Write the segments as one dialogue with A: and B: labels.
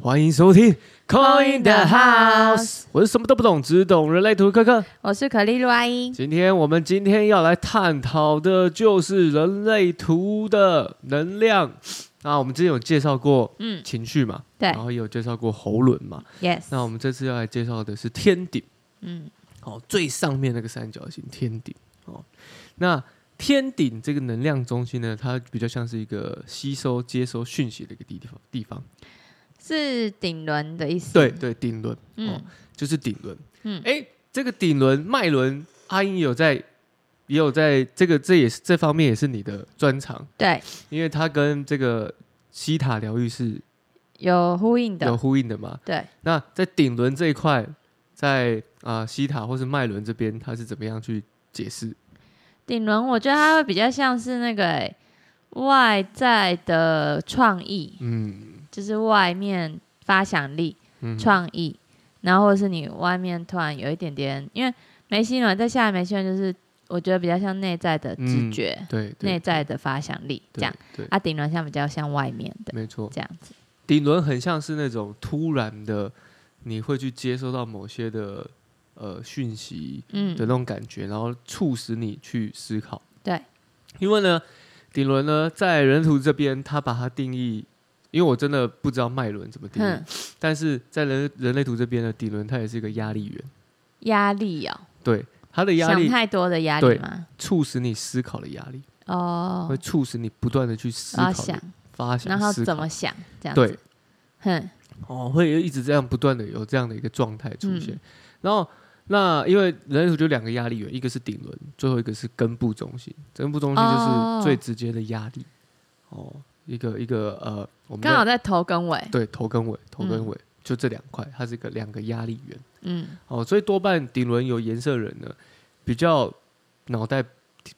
A: 欢迎收听《Call
B: Call
A: in
B: in
A: the
B: the
A: House
B: House》，
A: 我是什么都不懂，只懂人类图克克。
B: 我是可丽露阿姨。
A: 今天我们今天要来探讨的就是人类图的能量。啊那我们之前有介绍过
B: 嗯，
A: 情绪嘛，
B: 对
A: 然后也有介绍过喉轮嘛。哦那
B: ，yes，
A: 我们这次要来介绍的是天顶，
B: 嗯，
A: 哦，最上面那个三角形天顶哦。那天顶这个能量中心呢，它比较像是一个吸收、接收讯息的一个地方地方。
B: 是顶轮的意思。
A: 对，对，顶轮。哦
B: 嗯，
A: 就是顶轮。嗯
B: 嗯，
A: 哎，这个顶轮、脉轮，阿英有在，也有在这个，这也是这方面也是你的专长，
B: 对，
A: 因为它跟这个西塔疗愈是
B: 有呼应
A: 有
B: 的。
A: 呼应的嘛。
B: 对，
A: 那在顶轮这一块，在啊、西塔或是脉轮这边，它是怎么样去解释？
B: 顶轮我觉得它会比较像是那个欸外在的创意，
A: 嗯
B: 就是外面发想力、
A: 嗯，
B: 创意，然后或者是你外面突然有一点点，因为眉心轮在下面，眉心轮就是我觉得比较像内在的
A: 嗯
B: 直觉、
A: 对
B: 内
A: 对
B: 在的发想力这样
A: 对。对，
B: 啊，顶轮像比较像外面的
A: 没错。
B: 这样子。
A: 顶轮很像是那种突然的，你会去接收到某些的呃讯息，
B: 嗯
A: 的，那种感觉，然后促使你去思考。
B: 对，
A: 因为呢，顶轮呢在人图这边，它把它定义，因为我真的不知道脉轮怎么定义，
B: 哼，
A: 但是在人人类图这边呢，顶轮它也是一个压力源，
B: 压力哦。
A: 对，它的压力
B: 想太多的压
A: 对
B: 力吗？
A: 促使你思考的压力，
B: 哦
A: 会，促使你不断的去思
B: 啊
A: 考、
B: 想，
A: 发想、
B: 然后
A: 思考
B: 怎么想这样子？
A: 对，
B: 哼，
A: 哦，会一直这样不断的有这样的一个状态出现。
B: 嗯
A: 然后，那因为人类图就两个压力源，一个是顶轮，最后一个是根部中心。根部中心
B: 哦
A: 就是最直接的压力。哦，一个一个呃，我们
B: 刚好
A: 的
B: 在头跟尾，
A: 对头跟尾，头跟
B: 嗯
A: 尾、就这两块，它是一个两个压力源。
B: 嗯，
A: 哦，所以多半顶轮有颜色人呢，比较脑袋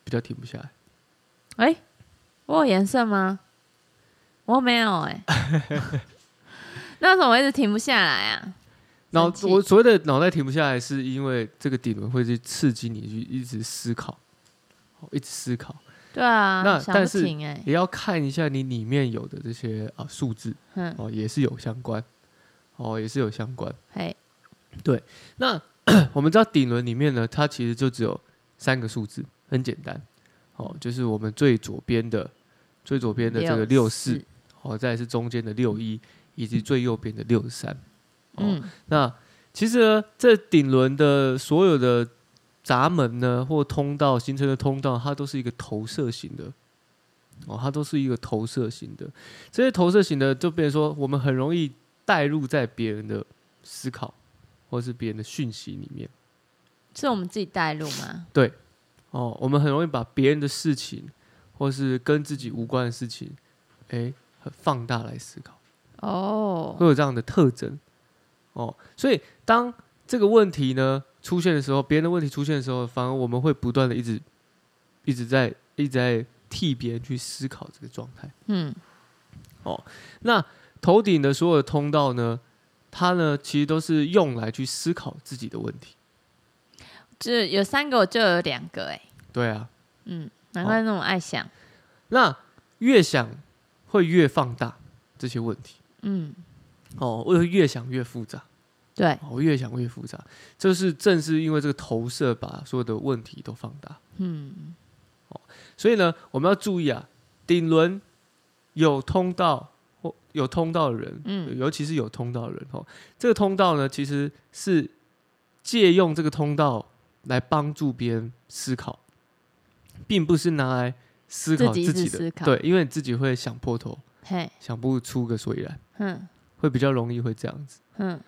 A: 比较停不下来。
B: 哎，我有颜色吗？我没有 哎，那为什么我一直停不下来啊？
A: 脑
B: 生气
A: 我所谓的脑袋停不下来，是因为这个顶轮会去刺激你去一直思考，哦，一直思考。
B: 对啊，
A: 那
B: 想
A: 但
B: 不
A: 是
B: 停哎，
A: 也要看一下你里面有的这些啊数字
B: 哼，
A: 哦，也是有相关，哦，也是有相关。
B: 嘿，
A: 那我们知道顶轮里面呢，它其实就只有三个数字，很简单，哦，就是我们最左边的最左边的这个六四，，哦，再来是中间的六一，以及最右边的六三。哦，
B: 嗯，
A: 那其实呢，这顶轮的所有的闸门呢，或通道形成的通道，它都是一个投射型的。哦，它都是一个投射型的。这些投射型的，就变成说，我们很容易带入在别人的思考或是别人的讯息里面。
B: 是我们自己带路吗？
A: 哦，我们很容易把别人的事情，或是跟自己无关的事情，诶，很放大来思考。
B: 哦，
A: 会有这样的特征哦。所以当这个问题呢出现的时候，别人的问题出现的时候，反而我们会不断的一直一直在一直在替别人去思考这个状态。
B: 嗯，
A: 那头顶的所有的通道呢，它呢其实都是用来去思考自己的问题。
B: 这有三个，我就有两个哎，
A: 对啊，
B: 嗯，难怪那么爱想，
A: 那越想会越放大这些问题
B: 嗯，
A: 哦，会越想越复杂。
B: 对，
A: 哦，越想越复杂，就是正是因为这个投射，把所有的问题都放大。哦
B: 嗯，
A: 所以呢，我们要注意啊，顶轮有通道或有通道的人，
B: 嗯
A: 尤其是有通道的人哦，这个通道呢，其实是借用这个通道来帮助别人思考，并不是拿来思考
B: 自己一
A: 自
B: 直
A: 己的。
B: 思考
A: 对，因为你自己会想破头，
B: 嘿，
A: 想不出个所以然，
B: 哼，
A: 会比较容易会这样子。
B: 哼，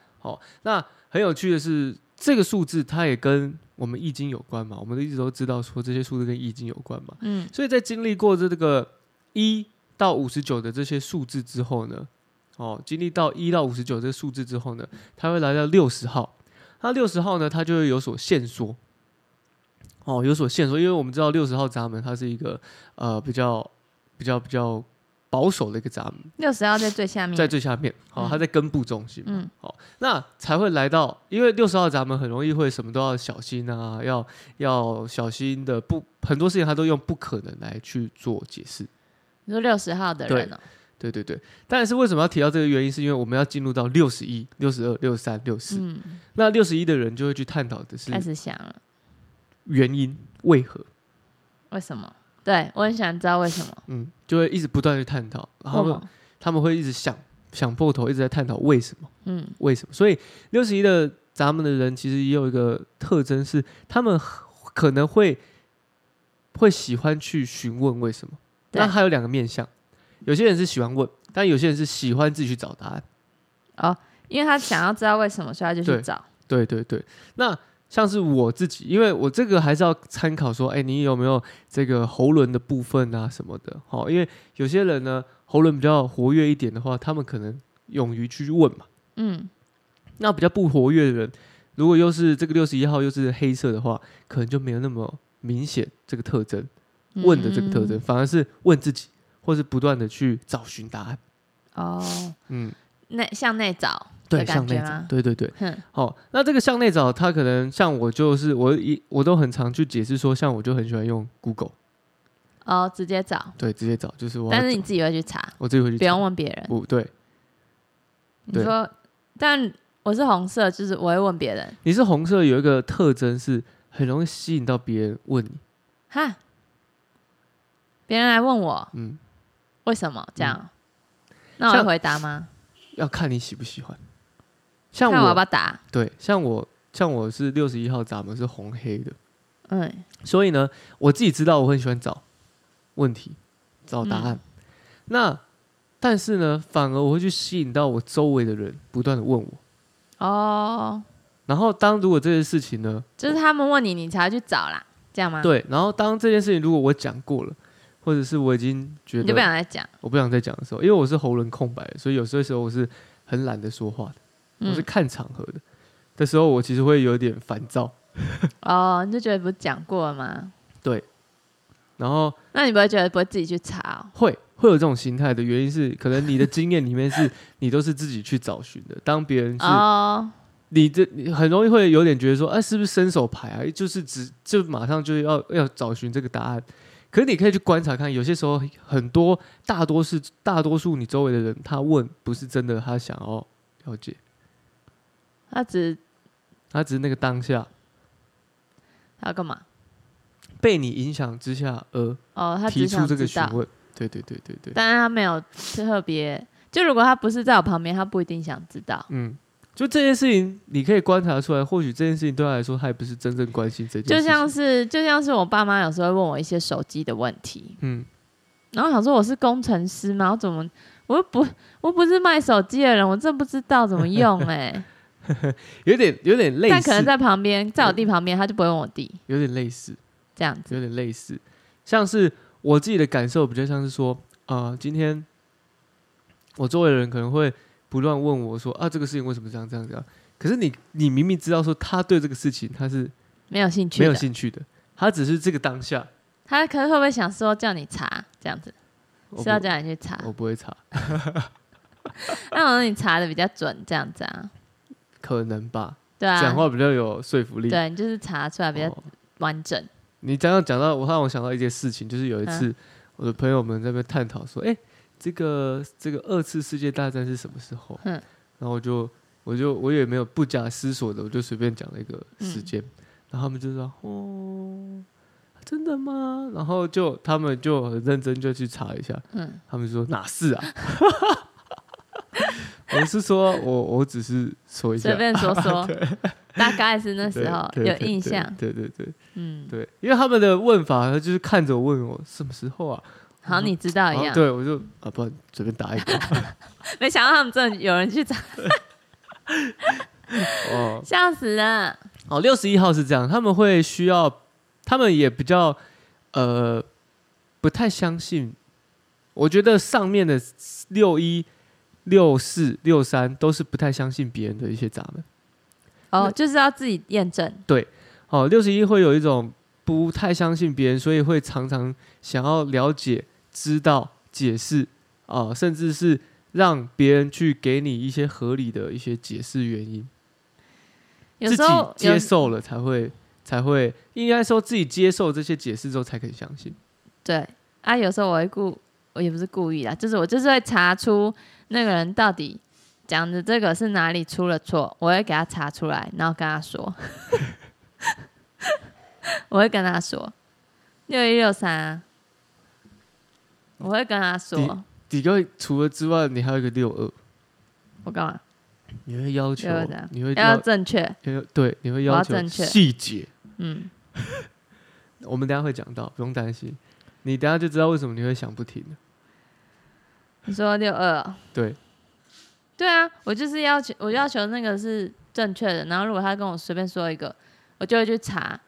A: 那很有趣的是，这个数字它也跟我们易经有关嘛，我们一直都知道说这些数字跟易经有关嘛。
B: 嗯，
A: 所以在经历过这个一到五十九的这些数字之后呢，哦，经历到一到五十九这个数字之后呢，它会来到六十号。那六十号呢，它就会有所限缩。哦，有所限缩，因为我们知道六十号闸门它是一个呃比较比较比较保守的一个闸门，
B: 六十号在最下面，
A: 在最下面，好、哦，
B: 嗯
A: 它在根部中心嘛，
B: 嗯
A: 那才会来到，因为六十号闸门很容易会什么都要小心啊，要要小心的不很多事情，它都用不可能来去做解释。
B: 你说六十号的人哦、
A: 对对对，但是为什么要提到这个原因？是因为我们要进入到六十一、六十二、六十三、六十。
B: 嗯，
A: 那六十一的人就会去探讨的是
B: 开始想了，
A: 原因为何，
B: 为什么？对我很想知道为什么。
A: 嗯，就会一直不断啊的探讨，然后他
B: 为什
A: 们
B: 么
A: 他们会一直想想破头，一直在探讨为什么
B: 嗯，
A: 为什么。所以六十一的咱们的人其实也有一个特征是，他们很可能会会喜欢去询问为什么。
B: 对
A: 那还有两个面向，有些人是喜欢问，但有些人是喜欢自己去找答案。
B: 哦，因为他想要知道为什么，所以他就
A: 对
B: 去找。
A: 对对对，那像是我自己，因为我这个还是要参考说，哎，你有没有这个喉轮的部分啊什么的？好、因为有些人呢，喉轮比较活跃一点的话，他们可能勇于去问嘛。
B: 嗯，
A: 那比较不活跃的人，如果又是这个六十一号又是黑色的话，可能就没有那么明显这个特征，
B: 嗯
A: 问的这个特征，反而是问自己，或是不断的去找寻答案。
B: 嗯。哦，
A: 嗯，
B: 内向内找
A: 对，
B: 的
A: 向
B: 感
A: 内
B: 觉
A: 找
B: 吗，？
A: 对对对。
B: 哼，
A: 好、那这个向内找，它可能像我就是我一我都很常去解释说，像我就很喜欢用 Google，
B: 哦，直接找，
A: 对，直接找就是我要，
B: 但是你自己会去查，
A: 我自己回去
B: 不用
A: 查
B: 问别人。
A: 不对，
B: 你
A: 对
B: 说，但我是红色，就是我会问别人。
A: 你是红色有一个特征是很容易吸引到别人问你，
B: 哈，别人来问我
A: 嗯，
B: 为什么这样，那我会
A: 像
B: 回答吗？
A: 要看你喜不喜欢。像
B: 看我要
A: 我
B: 不要答？
A: 对，像我像我是六十一号闸门是红黑的，
B: 嗯，
A: 所以呢，我自己知道我很喜欢找问题，找答案。
B: 嗯
A: 那但是呢，反而我会去吸引到我周围的人不断的问我。
B: 哦，
A: 然后，当如果这件事情呢，
B: 就是他们问你，你才会去找啦，这样吗？，
A: 对，然后当这件事情如果我讲过了，或者是我已经觉
B: 你就不
A: 得
B: 想再讲。
A: 我不想再讲的时候，因为我是喉咙空白的，所以有些时候我是很懒得说话的，我是
B: 嗯，
A: 看场合的。的时候，我其实会有点烦躁，嗯
B: 哦，你就觉得不是讲过了吗？
A: 然后
B: 那你不会觉得不会自己去查、哦？
A: 会会有这种心态的原因是，可能你的经验里面是你都是自己去找寻的，当别人是、
B: 哦，
A: 你这你很容易会有点觉得说，哎、是不是伸手牌啊？就是只就马上就要要找寻这个答案。可是你可以去观察看，有些时候很多大多是大多数你周围的人，他问不是真的他想要了解，
B: 他只
A: 他只是那个当下
B: 他要干嘛？
A: 被你影响之下而
B: 哦，他
A: 提
B: 只
A: 出
B: 想
A: 这个
B: 知
A: 询
B: 道，
A: 问。对对对对对，
B: 但是他没有特别。就如果他不是在我旁边，他不一定想知道。
A: 嗯，就这件事情你可以观察出来，或许这件事情对他来说，他也不是真正关心这件事情。
B: 就像是就像是我爸妈有时候会问我一些手机的问题，
A: 嗯，
B: 然后想说我是工程师吗？我怎么我又不我不是卖手机的人，我真不知道怎么用哎、
A: 有点有点 类
B: 但可能
A: 似，
B: 在旁边，在我弟旁边，他就不会问我弟
A: 有点类似。
B: 这样子。
A: 有点类似，像是我自己的感受比较像是说，啊，今天我周围的人可能会不断问我说啊，这个事情为什么这样这样这样？可是你你明明知道说他对这个事情他是
B: 没有兴趣
A: 没有
B: 的，
A: 兴趣的，他只是这个当下
B: 他可能会不会想说叫你查这样子，
A: 我
B: 是要
A: 不
B: 叫你去查？
A: 我不会查，
B: 那我说你查的比较准，这样子啊，
A: 可能吧，
B: 对
A: 讲
B: 啊，
A: 话比较有说服力。
B: 对你就是查出来比较
A: 哦
B: 完整。
A: 你刚刚讲到，我让我想到一件事情，就是
B: 嗯
A: 有一次我的朋友们在那边探讨说，哎、这个这个二次世界大战是什么时候？
B: 嗯
A: 然后我就我就我也没有不假思索的，我就随便讲了一个
B: 嗯
A: 时间，然后他们就说，哦，真的吗？然后就他们就很认真就去查一下，
B: 嗯，
A: 他们说哪是啊？ 我是说我我只是说一下
B: 随，便说 说，大概是那时候
A: 对
B: 有
A: 对对
B: 印象。
A: 对对对
B: 嗯，
A: 对，因为他们的问法，他就是看着我问我什么时候啊？
B: 好，你知道
A: 然
B: 一
A: 后
B: 样。
A: 对，我就啊，不然随便打一个
B: 没想到他们真的有人去查，
A: 哦。
B: 吓死了。
A: 哦，六十一号是这样，他们会需要，他们也比较呃不太相信。我觉得上面的六一、六四、六三都是不太相信别人的一些闸门。
B: 哦，就是要自己验证。
A: 哦，六十一会有一种不太相信别人，所以会常常想要了解、知道、解释啊、甚至是让别人去给你一些合理的一些解释原因。
B: 有
A: 自
B: 时
A: 己
B: 候有
A: 接受了才会才会，应该说自己接受这些解释之后才肯相信。
B: 对啊，有时候我会顾我也不是故意啦，就是我就是会查出那个人到底讲的这个是哪里出了错，我会给他查出来，然后跟他说， 我会跟他说六一六三啊，我会跟他说，
A: 底哥除了之外，你还有一个六二，
B: 我干嘛？
A: 你会要求
B: 62怎样，
A: 你会
B: 要
A: 要，
B: 正确，
A: 你会对，你会
B: 我
A: 要
B: 要
A: 求
B: 正确
A: 细节。
B: 嗯，
A: 我们等一下会讲到，不用担心。你等一下就知道为什么你会想不停了。
B: 你说六二哦、
A: 对，
B: 对啊，我就是要求，我要求那个是正确的。然后如果他跟我随便说一个，我就会去查，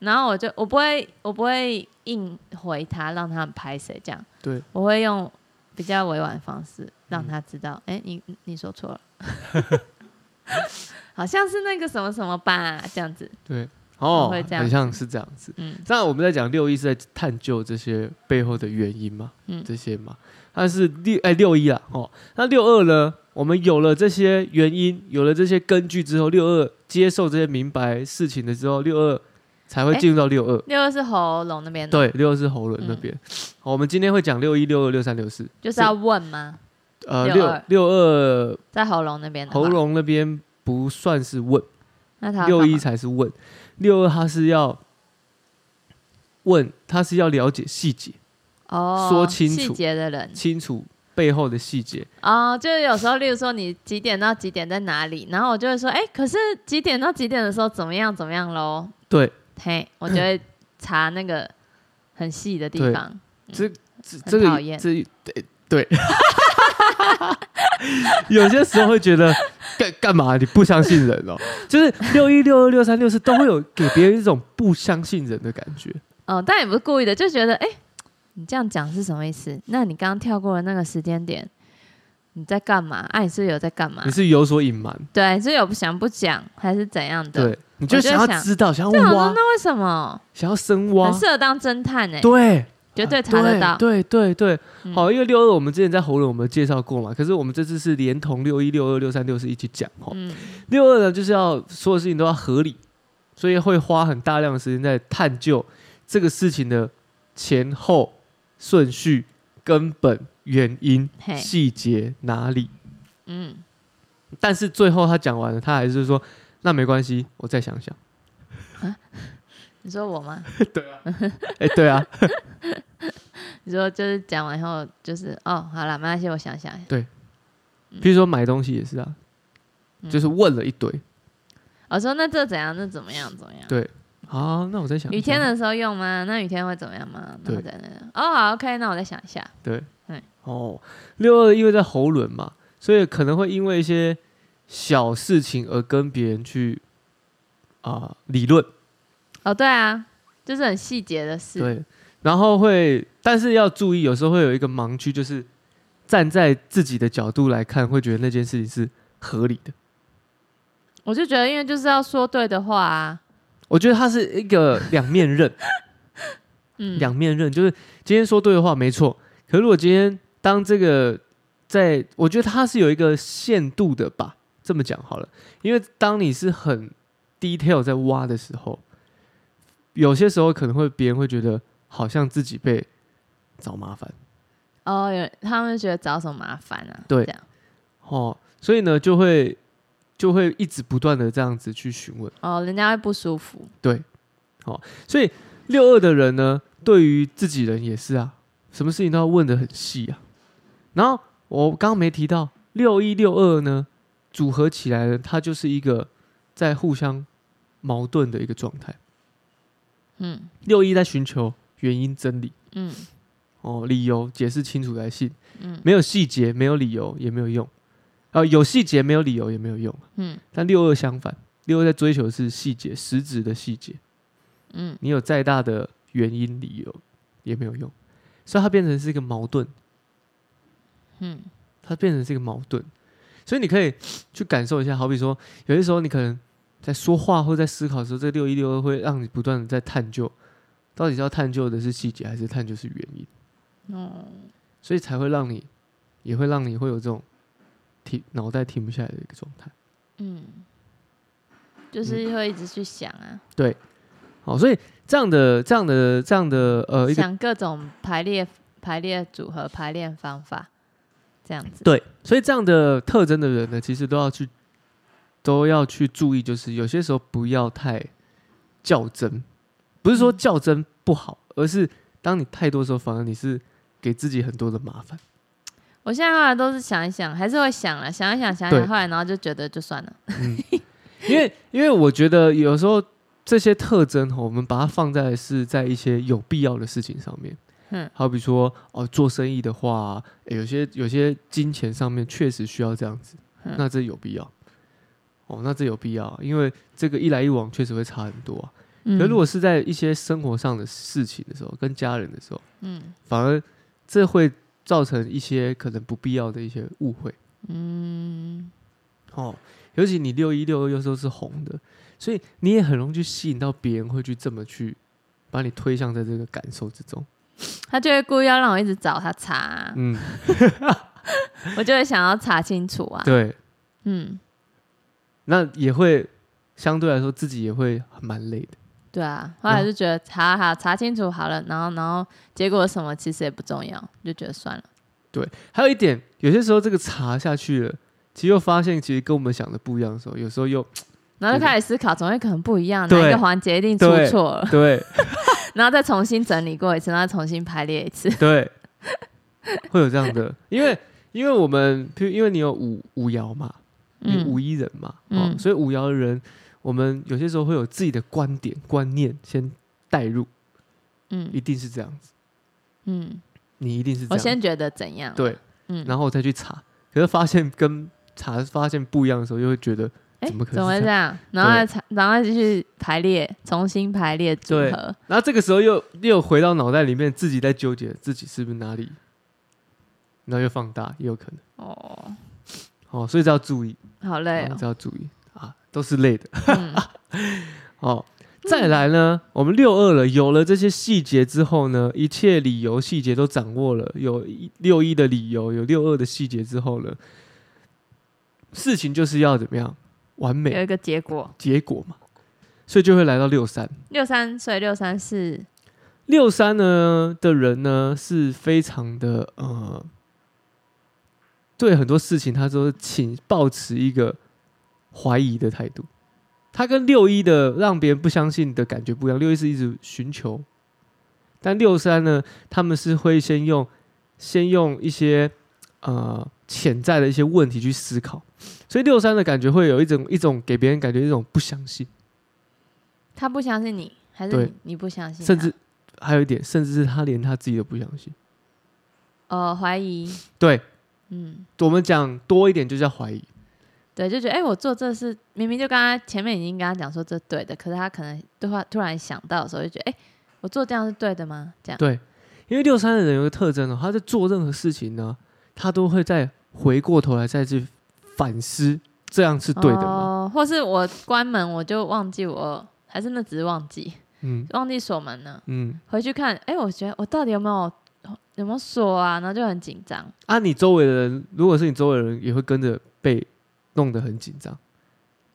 B: 然后我就我不会我不会硬回他，让他很拍谁这样。
A: 对，嗯
B: 我会用比较委婉的方式让他知道，哎、你你说错了， 好像是那个什么什么吧，这样子。
A: 对，哦，
B: 我会这样
A: 很像是这样子。
B: 嗯
A: 当然我们在讲六一是在探究这些背后的原因嘛，
B: 嗯
A: 这些嘛。但是六哎六一啊，哦，那六二呢？我们有了这些原因，有了这些根据之后，六二接受这些明白事情的之后，六二才会
B: 哎嗯
A: 进入到六二。
B: 六二是喉咙那边的，
A: 对，六二是喉轮那边。好，我们今天会讲六一、六二、六三、六四。
B: 就是要问吗？
A: 呃，
B: 六
A: 六
B: 二
A: 六二
B: 在喉咙那边的话
A: 喉，咙那边不算是问，
B: 那他要
A: 六
B: 干
A: 一
B: 嘛
A: 才是问，六二他是要问，他是要了解细节，
B: 哦，
A: 说清
B: 细
A: 楚
B: 节的人
A: 清楚背后的细节。
B: 哦，就是有时候，例如说你几点到几点在哪里，然后我就会说，哎、可是几点到几点的时候怎么样怎么样喽？
A: 对，
B: 嘿，我就会查那个很细的地
A: 对
B: 方。
A: 这
B: 嗯很
A: 这
B: 讨
A: 个
B: 厌
A: 这对对， 有些时候会觉得干干嘛？你不相信人哦，就是六一、六二、六三、六四都会有给别人一种不相信人的感觉。
B: 哦，但也不是故意的，就觉得，哎、你这样讲是什么意思？那你刚刚跳过了那个时间点，你在干嘛？啊，你是不是有在干嘛
A: 你？是有所隐瞒，
B: 对，是有不想不讲还是怎样的？
A: 对，你就
B: 我就
A: 想要
B: 想
A: 知道，想
B: 这
A: 要
B: 样说
A: 挖，
B: 那为什么？
A: 想要深挖
B: 很，适合当侦探哎、
A: 对。
B: 绝对
A: 啊
B: 查得到。
A: 对对对对，
B: 嗯
A: 好，因为六二我们之前在喉咙我们介绍过嘛，可是我们这次是连同六一、六二、六三、六四一起讲哦。
B: 嗯，
A: 六二呢，就是要所有事情都要合理，所以会花很大量的时间在探究这个事情的前后顺序、根本原因、
B: 嘿
A: 细节哪里。
B: 嗯，
A: 但是最后他讲完了，他还是说那没关系，我再想想。
B: 你说我吗？
A: 对啊，哎、对啊，
B: 你说就是讲完以后，就是哦，好了，没关系，我想想。
A: 譬如说买东西也是啊，
B: 嗯
A: 就是问了一堆，
B: 我说那这怎样？那怎么样？怎么样？
A: 对好，啊那我再想一
B: 雨天
A: 想
B: 的时候用吗？那雨天会怎么样吗？
A: 对
B: 然后在那个哦，好，OK，那我再想一下。
A: 对，
B: 对
A: 哦，六二因为在喉轮嘛，所以可能会因为一些小事情而跟别人去啊、理论，
B: 哦，对啊，就是很细节的事。
A: 对，然后会，但是要注意，有时候会有一个盲区，就是站在自己的角度来看，会觉得那件事情是合理的。
B: 我就觉得，因为就是要说对的话啊。
A: 我觉得它是一个两面刃，
B: 嗯，
A: 两面刃就是今天说对的话没错，可是如果今天当这个在，我觉得它是有一个限度的吧，这么讲好了，因为当你是很 detail 在挖的时候，有些时候可能会别人会觉得好像自己被找麻烦
B: 哦，有他们就觉得找什么麻烦啊？
A: 对
B: 这样。
A: 哦，所以呢就会就会一直不断的这样子去询问。
B: 哦，人家会不舒服。
A: 所以六二的人呢，对于自己人也是啊，什么事情都要问的很细啊。然后我刚刚没提到六一六二呢，组合起来呢，它就是一个在互相矛盾的一个状态。
B: 嗯
A: 六一在寻求原因真理
B: 嗯
A: 哦，理由解释清楚来信，
B: 嗯
A: 没有细节，没有理由也没有用，呃，有细节没有理由也没有用。
B: 嗯
A: 但六二相反，六二在追求的是细节，实质的细节。
B: 嗯，
A: 你有再大的原因理由也没有用，所以它变成是一个矛盾，
B: 嗯，
A: 它变成是一个矛盾，所以你可以去感受一下，好比说，有些时候你可能在说话或在思考的时候，这六一六二会让你不断的在探究，到底是要探究的是细节，还是探究是原因，
B: 哦，
A: 所以才会让你，也会让你会有这种停脑袋停不下来的一个状态。
B: 嗯，就是会一直去想啊，
A: 好，所以这样的、这样的、这样的呃一个
B: 想各种排列排列组合、排列方法，这样子。
A: 对，所以这样的特征的人呢，其实都要去都要去注意，就是有些时候不要太较真，不是说较真不好，而是当你太多的时候，反而你是给自己很多的麻烦。
B: 我现在后来都是想一想，还是会想啊，想一想，想一想，
A: 对
B: 后来然后就觉得就算了。
A: 因为因为我觉得有时候这些特征哈，我们把它放在是在一些有必要的事情上面。
B: 嗯
A: 嗯，好比说哦，做生意的话，诶有些有些金钱上面确实需要这样子，
B: 嗯
A: 那这有必要。哦，那这有必要，因为这个一来一往确实会差很多啊。
B: 嗯
A: 可如果是在一些生活上的事情的时候，跟家人的时候，
B: 嗯
A: 反而这会造成一些可能不必要的一些误会。
B: 嗯，
A: 哦，尤其你六一六二又都是红的，所以你也很容易去吸引到别人会去这么去把你推向在这个感受之中。
B: 他就会故意要让我一直找他查啊、
A: 嗯，
B: 我就会想要查清楚啊。
A: 对，
B: 嗯，
A: 那也会相对来说自己也会蛮累的。
B: 对啊。后来就觉得查哈查清楚好了，然后然后结果什么其实也不重要，就觉得算了。
A: 还有一点，有些时候这个查下去了，其实又发现其实跟我们想的不一样的时候，有时候又
B: 然后就开始思考，总会可能不一样，哪
A: 对
B: 一个环节一定出
A: 对
B: 错了，
A: 对
B: 然后再重新整理过一次，然后再重新排列一次。
A: 对，会有这样的，因为因为我们，譬如因为你有五五爻嘛，你五一人嘛，哦，
B: 嗯
A: 所以五爻的人，我们有些时候会有自己的观点、观念先带入，
B: 嗯
A: 一定是这样子，
B: 嗯，
A: 你一定是这
B: 我
A: 样，
B: 先觉得怎样？
A: 对，
B: 嗯，
A: 然后我再去查，可是发现跟查发现不一样的时候，又会觉得
B: 哎，
A: 怎么可能是
B: 会
A: 这
B: 这样？然后再查然后再继续排列，重新排列组
A: 对
B: 合。
A: 然后这个时候又又回到脑袋里面，自己在纠结自己是不是哪里，然后又放大，也有可能。
B: 哦，
A: 哦，所以这要注意，
B: 好累
A: 哦
B: 哦。
A: 这要注意啊，都是累的。
B: 嗯
A: 哦，再来呢，我们六二了，有了这些细节之后呢，一切理由细节都掌握了，有一六一的理由，有六二的细节之后呢，事情就是要怎么样完
B: 有
A: 美
B: 一个结果，
A: 结果嘛，所以就会来到六三。
B: 六三岁，六三是
A: 六三呢的人呢是非常的呃，对很多事情他都请保持一个怀疑的态度。他跟六一的让别人不相信的感觉不一样，六一是一直寻求，但六三呢，他们是会先用先用一些呃潜在的一些问题去思考，所以六三的感觉会有一种一种给别人感觉一种不相信。
B: 他不相信你，还是
A: 对
B: 你你不相信他？
A: 甚至还有一点，甚至是他连他自己都不相信。
B: 呃怀疑，
A: 对
B: 嗯，
A: 我们讲多一点就叫怀疑。
B: 对，就觉得哎，我做这事明明就刚刚前面已经跟他讲说这对的，可是他可能突然突然想到的时候，就觉得哎，我做这样是对的吗？这样，
A: 对，因为六三的人有个特征哦，他在做任何事情呢，他都会再回过头来再去反思，这样是对的吗？
B: 哦，或是我关门我就忘记我，还是那只是忘记
A: 嗯
B: 忘记锁门呢？
A: 嗯，
B: 回去看，哎，我觉得我到底有没有有没有锁啊？然后就很紧张。
A: 啊，你周围的人，如果是你周围的人，也会跟着被弄得很紧张。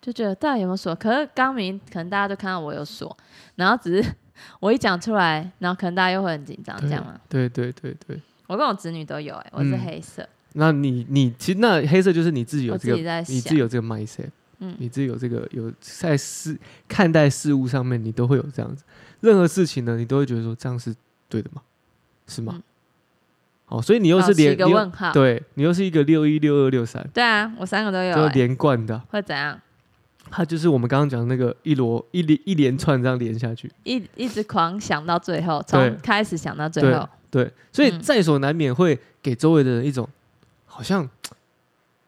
B: 就觉得到底有没有锁？可是刚明可能大家都看到我有锁，然后只是 我一讲出来，然后可能大家又会很紧张，这样吗？
A: 对对对对，
B: 我跟我侄女都有、哎，我是
A: 嗯
B: 黑色，
A: 那你你其实那黑色就是你自己有
B: 我
A: 这
B: 自己
A: 个，
B: 在
A: 你自己
B: 想，
A: 有这个 mindset，
B: 嗯
A: 你自己有这个有在事看待事物上面，你都会有这样子。任何事情呢，你都会觉得说这样是对的吗？是吗？
B: 嗯
A: 哦，所以你又
B: 保
A: 是
B: 持
A: 连
B: 嗯一个
A: 你又
B: 问号。
A: 对你又是一个六一六二六三，
B: 对啊，我三个都有、
A: 就
B: 哎，
A: 连贯的，啊
B: 会怎样？
A: 它就是我们刚刚讲的那个一摞一连一连串这样连下去。
B: 一一直狂想到最后，
A: 对
B: 从开始想到最
A: 对
B: 后，
A: 对，所以
B: 嗯
A: 在所难免会给周围的人一种好像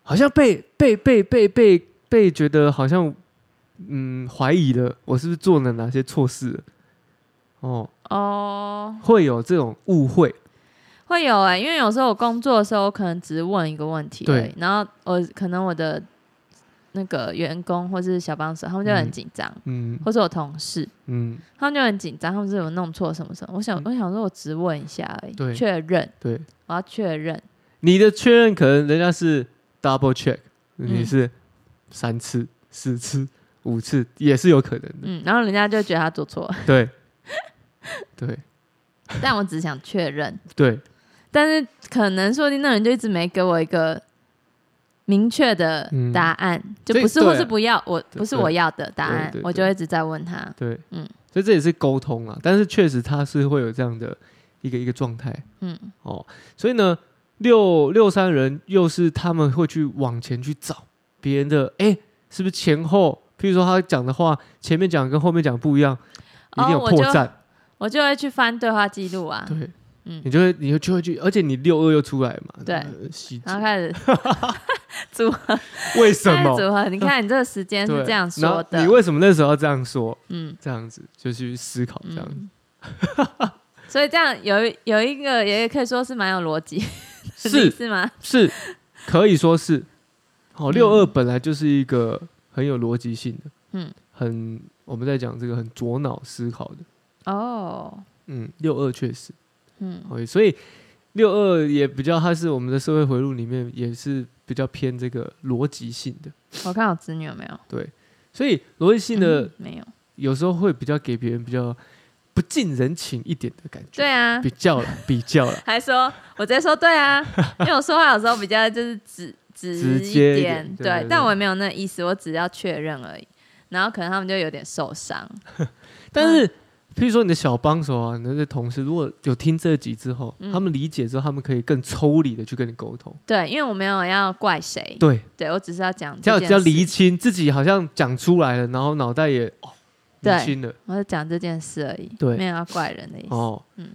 A: 好像被被被被被被觉得好像嗯怀疑了，我是不是做了哪些错事了？哦，
B: 哦，
A: 会有这种误会，
B: 会有哎、因为有时候我工作的时候，我可能只问一个问题而已
A: 对，
B: 然后我可能我的那个员工或是小帮手，他们就很
A: 嗯
B: 紧张，
A: 嗯
B: 或是我同事，
A: 嗯，
B: 他们就很紧张，他们是有弄错什么什么。我想
A: 嗯，
B: 我想说，我只问一下而已，
A: 对
B: 确认，
A: 对，
B: 我要确认。
A: 你的确认可能人家是 double check，你
B: 嗯
A: 是三次、四次、五次也是有可能的。
B: 嗯，然后人家就觉 得他做错了，
A: 对，对，
B: 但我只想确认。
A: 对，
B: 但是可能说不定那人就一直没给我一个明确的答案，就
A: 嗯这
B: 不是
A: 对啊
B: 或是不要我
A: 对
B: 不是我要的答案
A: 对对，对
B: 我就一直在问他。
A: 对，
B: 嗯，
A: 所以这也是沟通啊，但是确实他是会有这样的一个一个状态，
B: 嗯，
A: 哦，所以呢，六六三人又是他们会去往前去找别人的，哎，是不是前后？譬如说他讲的话，前面讲跟后面讲不一样，一定有
B: 哦我
A: 破
B: 就
A: 绽，
B: 我就会去翻对话记录啊，
A: 对，
B: 嗯
A: 你就会你就会去，而且你六二又出来嘛，
B: 对
A: 呃，细
B: 然后
A: 节
B: 开始
A: 为什
B: 开始
A: 么？
B: 组合。你看你这个时间是
A: 对
B: 这样
A: 然后
B: 说的
A: 你，为什么那时候要这样说？
B: 嗯
A: 这样子就去思考这样子，
B: 嗯， 所以这样有一有一个也可以说是蛮有逻辑，
A: 是
B: 是吗？
A: 是，可以说是。好，
B: 嗯
A: 六二本来就是一个很有逻辑性的，
B: 嗯，
A: 很我们在讲这个很左脑思考的，
B: 哦，
A: 嗯，六二确实，
B: 嗯
A: 好，所以六二也比较，它是我们的社会回路里面也是比较偏这个逻辑性的，
B: 我看我侄女有没有？
A: 对，所以逻辑性的
B: 嗯没有？
A: 有时候会比较给别人比较不近人情一点的感觉，
B: 对啊
A: 比，较啦比较啦，
B: 还说，我直接说对 啊，因为我说话有时候比较就是直直
A: 直
B: 一
A: 接一
B: 点
A: 点，对
B: 对
A: 对，
B: 但我也没有那意思，我只要确认而已。然后可能他们就有点受伤，
A: 但
B: 嗯
A: 是，譬如说你的小帮手啊，你的同事，如果有听这集之后，
B: 嗯
A: 他们理解之后，他们可以更抽离的去跟你沟通。
B: 对，因为我没有要怪谁，
A: 对，
B: 对我只是要讲
A: 这样
B: 件
A: 只要
B: 事
A: 厘清自己好像讲出来了，然后脑袋也哦
B: 对
A: 厘清了
B: 我是讲这件事而已，
A: 对
B: 没有要怪人的意思。
A: 哦。
B: 嗯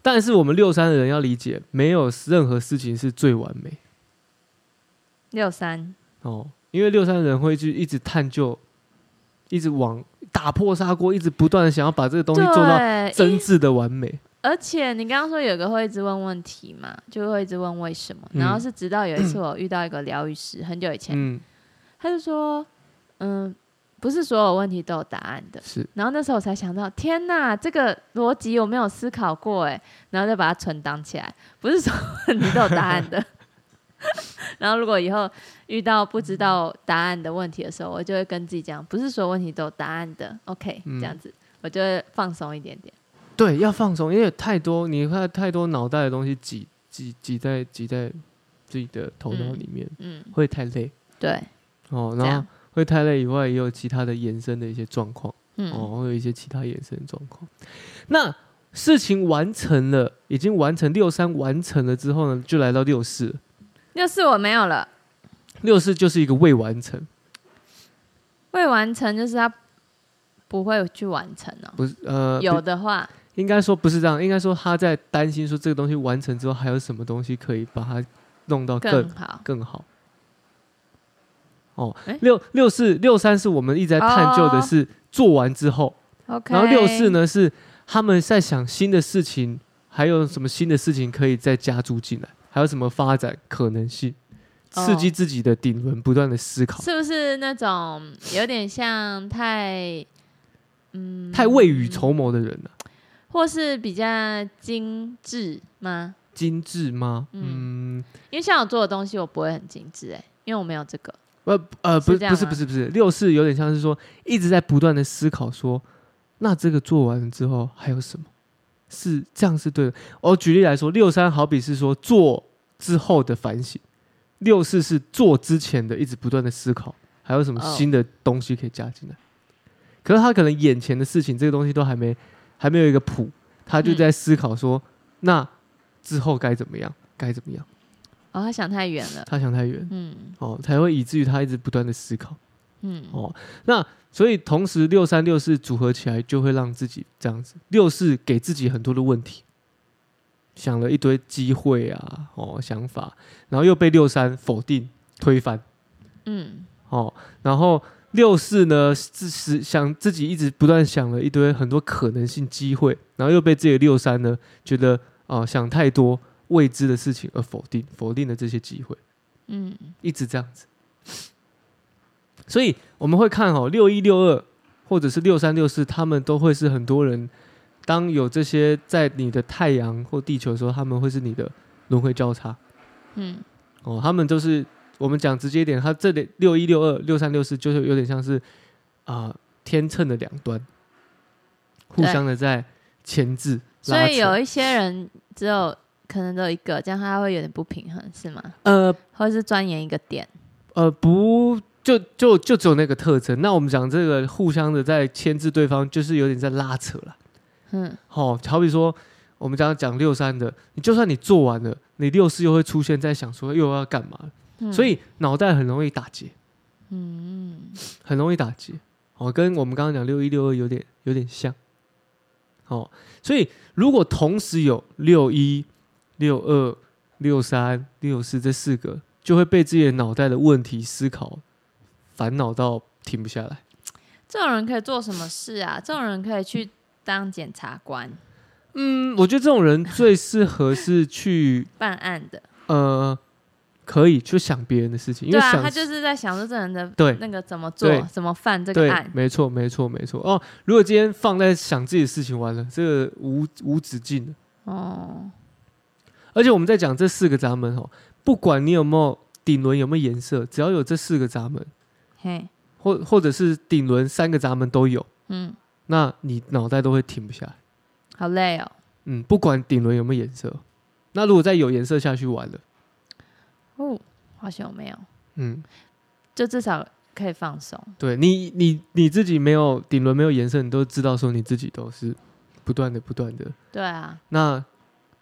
A: 但是我们六三的人要理解，没有任何事情是最完美
B: 六三，
A: 哦，因为六三的人会去一直探究，一直往打破砂锅，一直不断的想要把这个东西做到
B: 对，
A: 真
B: 因
A: 挚的完美。
B: 而且你刚刚说有个会一直问问题嘛，就会一直问为什么，
A: 嗯
B: 然后是直到有一 次我遇到一个疗愈师，很久以前，
A: 嗯，
B: 他就说，嗯，不是所有问题都有答案的。
A: 是
B: 然后那时候我才想到，天哪，这个逻辑我没有思考过哎，然后再把它存档起来，不是说你都有答案的。 然后如果以后遇到不知道答案的问题的时候，我就会跟自己讲，不是所有问题都有答案的，OK，、
A: 嗯
B: 这样子我就会放松一点点。
A: 对，要放松，因为有太多你看太多脑袋的东西挤挤挤在挤在自己的头脑里面，
B: 嗯，
A: 会太累
B: 对，
A: 哦。
B: 嗯这
A: 然
B: 样
A: 后会太累以外，也有其他的延伸的一些状况、
B: 嗯，
A: 哦，会有一些其他延伸的状况。那事情完成了，已经完成六三完成了之后呢，就来到六四，
B: 六四我没有了，
A: 六四就是一个未完成，
B: 未完成就是他不会去完成哦。
A: 不是呃，
B: 有
A: 不
B: 的话，
A: 应该说不是这样，应该说他在担心说这个东西完成之后还有什么东西可以把它弄到更
B: 更好。
A: 更好。哦
B: 诶，
A: 六六四六三是我们一直在探究的
B: 哦
A: 是做完之后，
B: OK，
A: 然后六四？呢是他们在想新的事情，还有什么新的事情可以再加注进来，还有什么发展可能性，
B: 哦
A: 刺激自己的顶轮不断的思考，
B: 是不是那种有点像太嗯
A: 太未雨绸缪的人啊了、
B: 或是比较精致吗？
A: 精致吗？嗯，
B: 因为像我做的东西，我不会很精致哎、因为我没有这个。
A: 呃呃，不
B: 是这样
A: 不
B: 吗
A: 是不是不是，六四有点像是说一直在不断的思考说，那这个做完了之后还有什么？是这样是对的。我举例来说，六三好比是说做之后的反省，六四是做之前的一直不断的思考，还有什么
B: 哦
A: 新的东西可以加进来。可是他可能眼前的事情，这个东西都还没还没有一个谱，他就
B: 嗯
A: 在思考说，那之后该怎么样，该怎么样？
B: 哦，他想太远了。
A: 他想太远
B: 嗯
A: 哦，才会以至于他一直不断的思考。
B: 嗯，
A: 哦，那所以同时六三六四组合起来，就会让自己这样子。六四给自己很多的问题，想了一堆机会啊，哦想法，然后又被六三否定推翻，
B: 嗯，
A: 哦，然后六四呢自是想自己一直不断想了一堆很多可能性机会，然后又被自己的六三呢觉得啊、呃想太多未知的事情而否定，否定了这些机会。
B: 嗯，
A: 一直这样子。所以我们会看哦，六一六二或者是六三六四，他们都会是很多人当有这些在你的太阳或地球的时候，他们会是你的轮回交叉
B: 嗯，
A: 哦。他们都是我们讲直接一点，它这里六一六二六三六四就是有点像是啊、天秤的两端，互
B: 对
A: 相的在牵制拉
B: 所
A: 扯。
B: 以有一些人只有可能都有一个，这样他会有点不平衡，是吗？
A: 呃
B: 或者是钻研一个点？
A: 呃，不，就就就只有那个特征。那我们讲这个互相的在牵制对方，就是有点在拉扯了。
B: 嗯，
A: 哦，好比说我们讲讲六三的，你就算你做完了，你六四又会出现在想说又要干嘛，
B: 嗯
A: 所以脑袋很容易打结，
B: 嗯，
A: 很容易打结。哦，跟我们刚刚讲六一六二有点有点像。哦，所以如果同时有六一、六二、六三、六四这四个，就会被自己的脑袋的问题思考烦恼到停不下来。
B: 这种人可以做什么事啊？这种人可以去当检察官
A: 嗯，我觉得这种人最适合是去
B: 办案的，
A: 呃，可以去想别人的事情，因
B: 对
A: 为
B: 啊，
A: 想
B: 他就是在想说这人的
A: 对
B: 那个怎么做
A: 对，
B: 怎么犯这
A: 对
B: 个，案，
A: 没错，没错，没错。哦，如果今天放在想自己的事情，完了，这个无无止境的。
B: 哦，
A: 而且我们在讲这四个闸门哦，不管你有没有顶轮有没有颜色，只要有这四个闸门，
B: 嘿，
A: 或或者是顶轮三个闸门都有，
B: 嗯，
A: 那你脑袋都会停不下来。
B: 好累哦，
A: 嗯，不管顶轮有没有颜色，那如果再有颜色下去，完了，
B: 哦，好久没有，
A: 嗯，
B: 就至少可以放松。
A: 对你你你自己没有顶轮没有颜色，你都知道说你自己都是不断的不断的。
B: 对啊，
A: 那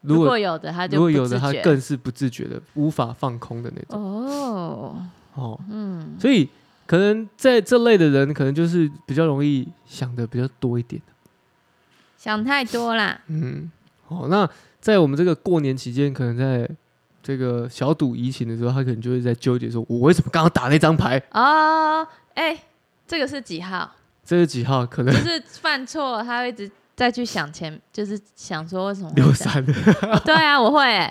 A: 如
B: 如
A: 果
B: 有的他就
A: 如果
B: 不
A: 有
B: 自
A: 的，他
B: 觉
A: 更是不自觉的，无法放空的那种
B: 哦，
A: 哦。
B: 嗯，
A: 所以可能在这类的人，可能就是比较容易想的比较多一点。
B: 想太多啦，
A: 嗯，哦，那在我们这个过年期间，可能在这个小赌怡情的时候，他可能就会在纠结说：我为什么刚刚打那张牌？
B: 哦，哎，这个是几 号？
A: 这是几号？可能
B: 就是犯错，他会一直再去想前，就是想说为什么会
A: 六
B: 这样。
A: 三的。
B: 对啊，我会、 欸，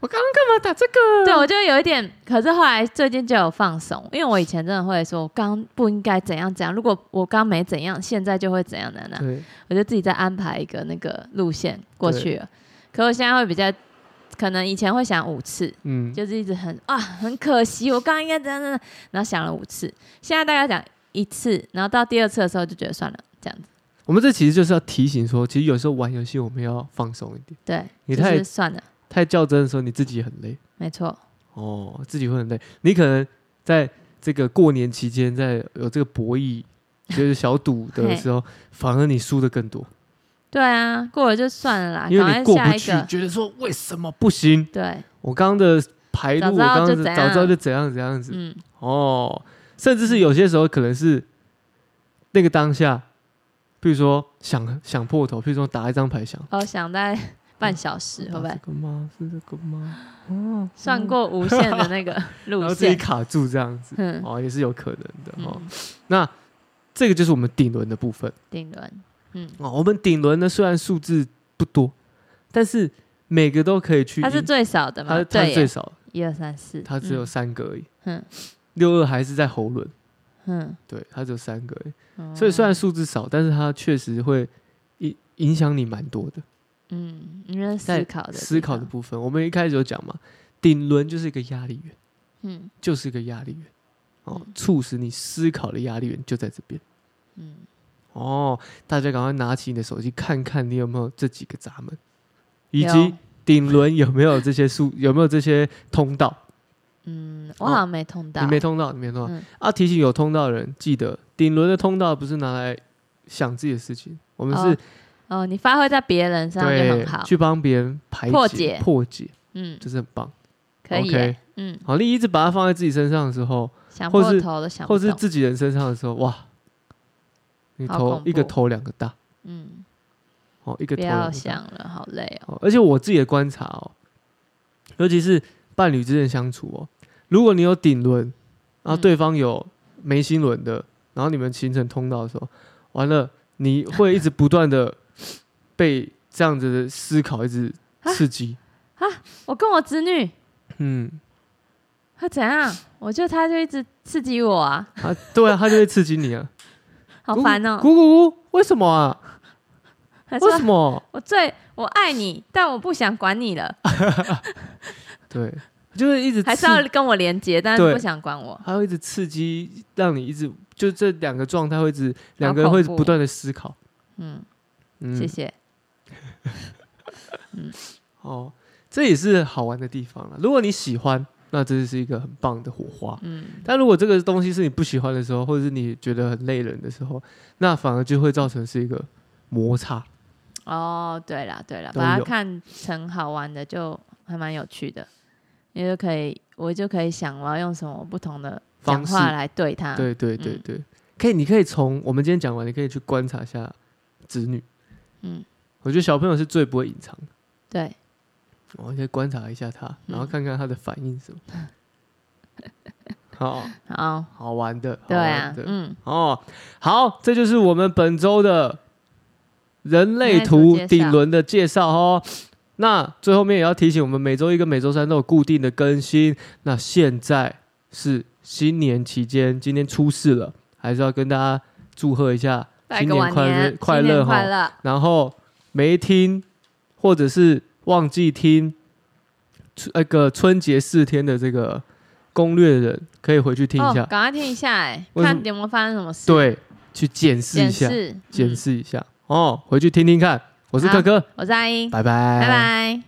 A: 我刚刚干 嘛打这个？
B: 对我就有一点，可是后来最近就有放松，因为我以前真的会说，我刚不应该怎样怎样，如果我刚没怎样，现在就会怎样怎样怎样，
A: 对，
B: 我就自己再安排一个那个路线过去了。可我现在会比较，可能以前会想五次，
A: 嗯，
B: 就是一直很啊，很可惜，我刚刚应该怎样怎样，然后想了五次，现在大概想一次，然后到第二次的时候就觉得算了，这样子，
A: 我们这其实就是要提醒说，其实有时候玩游戏我们要放松一点，
B: 对，
A: 你
B: 就
A: 太
B: 是算了，
A: 太较真的时候你自己也很累。
B: 没错。
A: 哦，自己会很累。你可能在这个过年期间，在有这个博弈，就是小赌的时候，反而你输的更多，
B: 对啊，过了就算了啦，
A: 因为
B: 啊赶
A: 你
B: 快
A: 过
B: 下
A: 不
B: 一
A: 去，
B: 个。
A: 觉得说为什么不行？
B: 对，
A: 我刚刚的牌路，
B: 早
A: 我
B: 知道
A: 刚刚
B: 就
A: 的
B: 怎
A: 早知道
B: 样
A: 就怎样怎样子、
B: 嗯，
A: 哦，甚至是有些时候可能是那个当下，比如说想想破头，比如说打一张牌想。
B: 我想大概半小时，会不
A: 打
B: 会
A: 这个吗？是这个吗？
B: 算过无限的那 个
A: 然
B: 路
A: 后自己
B: 线？
A: 卡住这样子，
B: 嗯，
A: 哦，也是有可能的哦。
B: 嗯
A: 那这个就是我们顶轮的部分
B: 顶轮，
A: 哦。我们顶轮呢，虽然数字不多，但是每个都可以去赢。
B: 它是最少的
A: 它
B: 嘛？
A: 它
B: 对
A: 是最
B: 耶，
A: 少，
B: 一二三四，
A: 它只有三个而已。
B: 嗯
A: 六二还是在喉轮，
B: 嗯，
A: 对，它只有三个而已。
B: 嗯
A: 所以虽然数字少，但是它确实会影影响你蛮多的。
B: 嗯，因为
A: 在
B: 思考的
A: 思
B: 地
A: 考的
B: 方，
A: 部分，我们一开始有讲嘛，顶轮就是一个压力源，
B: 嗯
A: 就是一个压力源哦
B: 嗯，
A: 促使你思考的压力源就在这边。
B: 嗯，
A: 哦，大家赶快拿起你的手机看看，你有没有这几个闸门，以及
B: 有
A: 顶轮有没有这些数， 有没有这些通道？
B: 嗯，我好像没通到，
A: 你没通道，你没通道、
B: 嗯
A: 啊！提醒有通道的人，记得顶轮的通道不是拿来想自己的事情，我们是、
B: 哦哦，你发挥在别人身上就
A: 对
B: 很好，
A: 去帮别人排
B: 破
A: 解
B: 解
A: 破解，
B: 嗯，
A: 这是很棒。
B: 可以
A: OK
B: 耶，嗯，
A: 好，你一直把它放在自己身上的时候，
B: 想
A: 或
B: 破
A: 是
B: 头都想
A: 或
B: 不
A: 是
B: 动，
A: 自己人身上的时候，哇，你
B: 好
A: 头
B: 恐
A: 一个
B: 怖
A: 头两个大
B: 嗯，
A: 哦，一个
B: 不
A: 头两
B: 要
A: 个大。
B: 想了，好累哦，
A: 哦，而且我自己的观察哦，尤其是伴侣之间的相处哦，如果你有顶轮，然后
B: 嗯
A: 对方有眉心轮的，然后你们形成通道的时候，完了你会一直不断的 被这样子的思考一直刺激，
B: 我跟我侄女。
A: 嗯
B: 会怎样？我觉得他就一直刺激我啊，
A: 啊，对啊，他就会刺激你啊，
B: 好烦 哦、
A: 咕咕咕，为什么啊？
B: 他
A: 为
B: 说
A: 什么？
B: 我最我爱你，但我不想管你了，
A: 啊对，就是一直
B: 还是
A: 刺
B: 要跟我连接，但
A: 对
B: 是不想管我。
A: 它会一直刺激，让你一直就这两个状态会一直两个人
B: 好
A: 会
B: 恐怖
A: 不断的思考，
B: 嗯，
A: 嗯，
B: 谢谢。
A: 哦，这也是好玩的地方了。如果你喜欢，那这是一个很棒的火花。
B: 嗯，
A: 但如果这个东西是你不喜欢的时候，或者是你觉得很累人的时候，那反而就会造成是一个摩擦。
B: 哦，对了对了，
A: 都
B: 把它
A: 有
B: 看成好玩的，就还蛮有趣的，你就可以，我就可以想我要用什么不同的讲
A: 方式
B: 话来对他。
A: 对对对
B: 嗯
A: 对，可以，你可以从我们今天讲完，你可以去观察一下子女。
B: 嗯，
A: 我觉得小朋友是最不会隐藏的，
B: 对，
A: 我可以观察一下他，然后
B: 嗯
A: 看看他的反应是什么。 好
B: 好，
A: 好玩的，好
B: 对啊
A: 玩，的
B: 嗯，
A: 哦，好，这就是我们本周的人类
B: 人类图
A: 图
B: 介绍
A: 顶轮的介绍哦。那最后面也要提醒我们，每周一跟每周三都有固定的更新。那现在是新年期间，今天出事了，还是要跟大家祝贺一下
B: 拜
A: 新
B: 个晚
A: 年快乐
B: 年，
A: 快
B: 新年
A: 乐哈！
B: 快乐，
A: 然后没听或者是忘记听春那个春节四天的这个攻略的人，可以回去听一下
B: 哦，，赶快听一下，哎，
A: 为什么
B: 看有没有发生什么事，，
A: 对，去检视一
B: 检
A: 下。
B: 视，
A: 检
B: 嗯
A: 视一下、哦，回去听听看。我是
B: 好
A: 可可，
B: 嗯我是阿英，
A: 拜拜，
B: 拜拜。